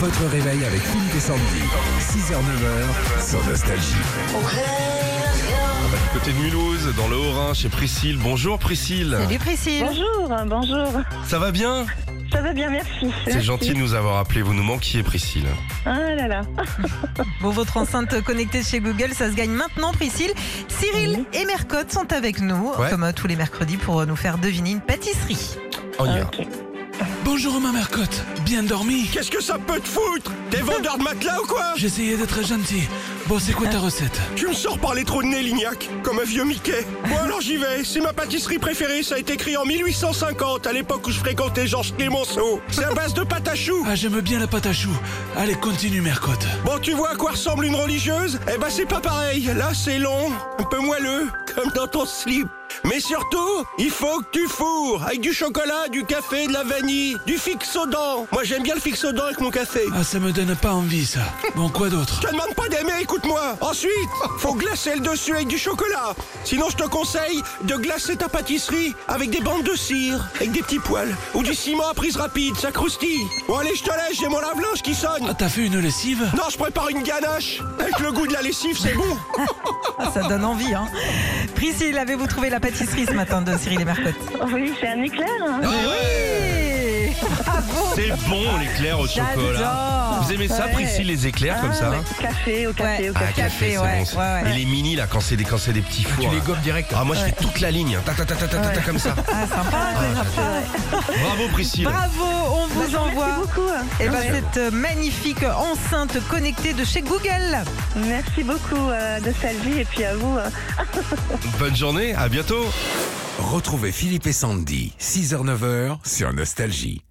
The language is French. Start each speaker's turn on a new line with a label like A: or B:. A: Votre réveil avec Philippe et Sandy. 6h-9h, sans nostalgie.
B: Côté de Mulhouse, dans le Haut-Rhin, chez Priscille. Bonjour Priscille.
C: Salut Priscille.
D: Bonjour, bonjour.
B: Ça va bien
D: Ça va bien, merci.
B: C'est
D: Merci.
B: gentil de nous avoir appelé. Vous nous manquiez Priscille.
D: Ah là là.
C: Bon, votre enceinte connectée chez Google, ça se gagne maintenant Priscille. Cyril et Mercotte sont avec nous,
B: Ouais.
C: comme euh, tous les mercredis, pour euh, nous faire deviner une pâtisserie.
B: On y va.
D: Ok.
E: Bonjour ma Mercotte, bien dormi
F: Qu'est-ce que ça peut te foutre T'es vendeur de matelas ou quoi
E: J'essayais d'être gentil. Bon, c'est quoi ta recette
F: Tu me sors par les trous de nez, Lignac, comme un vieux Mickey. Bon alors j'y vais, c'est ma pâtisserie préférée, ça a été créé en 1850, à l'époque où je fréquentais Georges Clémenceau. C'est à base de pâte à choux.
E: Ah, j'aime bien la pâte à choux. Allez, continue Mercotte.
F: Bon, tu vois à quoi ressemble une religieuse Eh ben c'est pas pareil, là c'est long, un peu moelleux, comme dans ton slip. Mais surtout, il faut que tu fourres, avec du chocolat, du café, de la vanille, du fixodent. Moi j'aime bien le fixodent avec mon café.
E: Ah, ça me donne pas envie ça. Bon, quoi d'autre
F: Je te demande pas d'aimer, écoute-moi. Ensuite, faut glacer le dessus avec du chocolat. Sinon, je te conseille de glacer ta pâtisserie avec des bandes de cire, avec des petits poils, ou du ciment à prise rapide, ça croustille. Bon, allez, je te laisse, j'ai mon lave-linge qui
E: Ah,
F: sonne.
E: t'as fait une lessive
F: Non, je prépare une ganache. Avec le goût de la lessive, c'est bon.
C: Ah, ça donne envie, hein. Priscille, avez-vous trouvé la pâtisserie ce matin de Cyril et Mercotte
D: Oh Oui, c'est un éclair. hein.
C: Oui Bravo
B: C'est bon l'éclair au chocolat.
C: Ah J'adore.
B: Vous aimez ça
C: Ouais.
B: Priscille, les éclairs comme ça hein
D: Ah, Café, au café,
C: Ouais.
D: au
B: Ah,
D: café.
C: café,
B: c'est
C: ouais,
B: bon, c'est-
C: ouais, ouais.
B: Et les mini là, quand c'est des, quand c'est des petits fours.
A: Tu les
B: là.
A: gobes direct.
B: Ah, moi je fais toute la ligne. Ta, ta, ta, ta, ta, ta,
C: Ouais.
B: comme ça.
C: Ah, sympa, c'est sympa.
B: Bravo Priscille.
C: Bravo, on
D: Bah,
C: vous
D: je vous remercie
C: envoie
D: beaucoup.
C: eh ben, cette euh, magnifique enceinte connectée de chez Google.
D: Merci beaucoup euh, de Salvi et puis à vous. euh,
B: Bonne journée, à bientôt.
A: Retrouvez Philippe et Sandy. 6h-9h, sur Nostalgie.